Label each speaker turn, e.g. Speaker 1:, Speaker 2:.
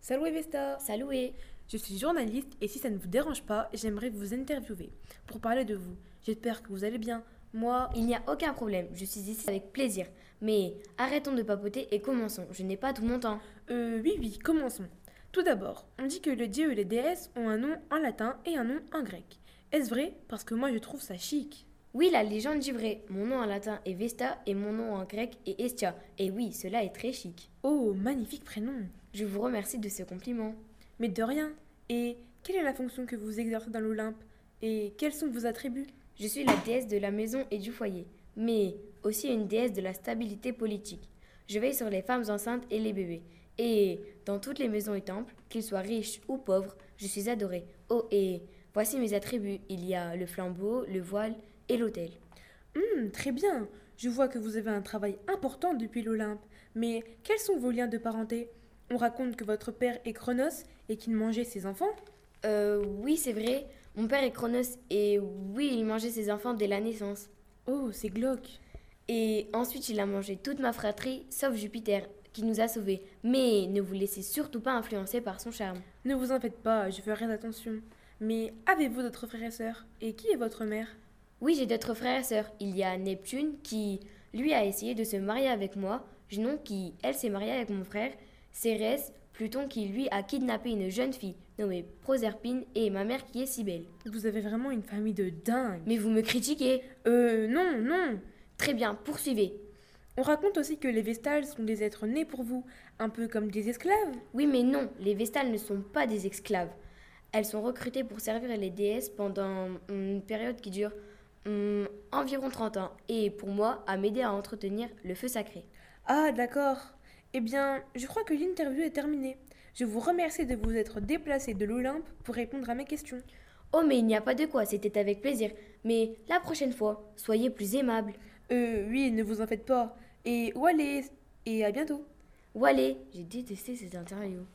Speaker 1: Salut Vesta
Speaker 2: Saloué
Speaker 1: Je suis journaliste et si ça ne vous dérange pas, j'aimerais vous interviewer pour parler de vous. J'espère que vous allez bien. Moi,
Speaker 2: Il n'y a aucun problème, je suis ici avec plaisir. Mais arrêtons de papoter et commençons, je n'ai pas tout mon temps.
Speaker 1: euh, oui, oui, commençons. Tout d'abord, on dit que le dieu et les déesses ont un nom en latin et un nom en grec. Est-ce vrai Parce que moi je trouve ça chic.
Speaker 2: Oui, la légende du vrai. Mon nom en latin est Vesta et mon nom en grec est Estia. Et oui, cela est très chic.
Speaker 1: Oh, magnifique prénom
Speaker 2: Je vous remercie de ce compliment.
Speaker 1: Mais de rien Et quelle est la fonction que vous exercez dans l'Olympe Et quels sont vos attributs
Speaker 2: Je suis la déesse de la maison et du foyer, mais aussi une déesse de la stabilité politique. Je veille sur les femmes enceintes et les bébés. Et dans toutes les maisons et temples, qu'ils soient riches ou pauvres, je suis adorée. Oh, et voici mes attributs. Il y a le flambeau, le voile et l'autel.
Speaker 1: Hum, très bien Je vois que vous avez un travail important depuis l'Olympe. Mais quels sont vos liens de parenté On raconte que votre père est Cronos et qu'il mangeait ses enfants
Speaker 2: Euh, oui, c'est vrai. Mon père est Cronos et oui, il mangeait ses enfants dès la naissance.
Speaker 1: Oh, c'est glauque
Speaker 2: Et ensuite, il a mangé toute ma fratrie, sauf Jupiter, qui nous a sauvés. Mais ne vous laissez surtout pas influencer par son charme.
Speaker 1: Ne vous en faites pas, je ferai attention. Mais avez-vous d'autres frères et sœurs Et qui est votre mère
Speaker 2: Oui, j'ai d'autres frères et sœurs. Il y a Neptune qui, lui, a essayé de se marier avec moi. Junon qui, elle, s'est mariée avec mon frère. Cérès, Pluton qui, lui, a kidnappé une jeune fille nommée Proserpine et ma mère qui est Cybèle.
Speaker 1: Vous avez vraiment une famille de dingue
Speaker 2: Mais vous me critiquez
Speaker 1: Euh, non, non
Speaker 2: Très bien, poursuivez.
Speaker 1: On raconte aussi que les Vestales sont des êtres nés pour vous, un peu comme des esclaves
Speaker 2: Oui, mais non, les Vestales ne sont pas des esclaves. Elles sont recrutées pour servir les déesses pendant hum, une période qui dure hum, environ 30 ans et pour moi à m'aider à entretenir le feu sacré.
Speaker 1: Ah, d'accord. Eh bien, je crois que l'interview est terminée. Je vous remercie de vous être déplacé de l'Olympe pour répondre à mes questions.
Speaker 2: Oh, mais il n'y a pas de quoi, c'était avec plaisir. Mais la prochaine fois, soyez plus aimable.
Speaker 1: Euh, oui, ne vous en faites pas. Et où allez Et à bientôt.
Speaker 2: Ou allez, j'ai détesté ces interviews.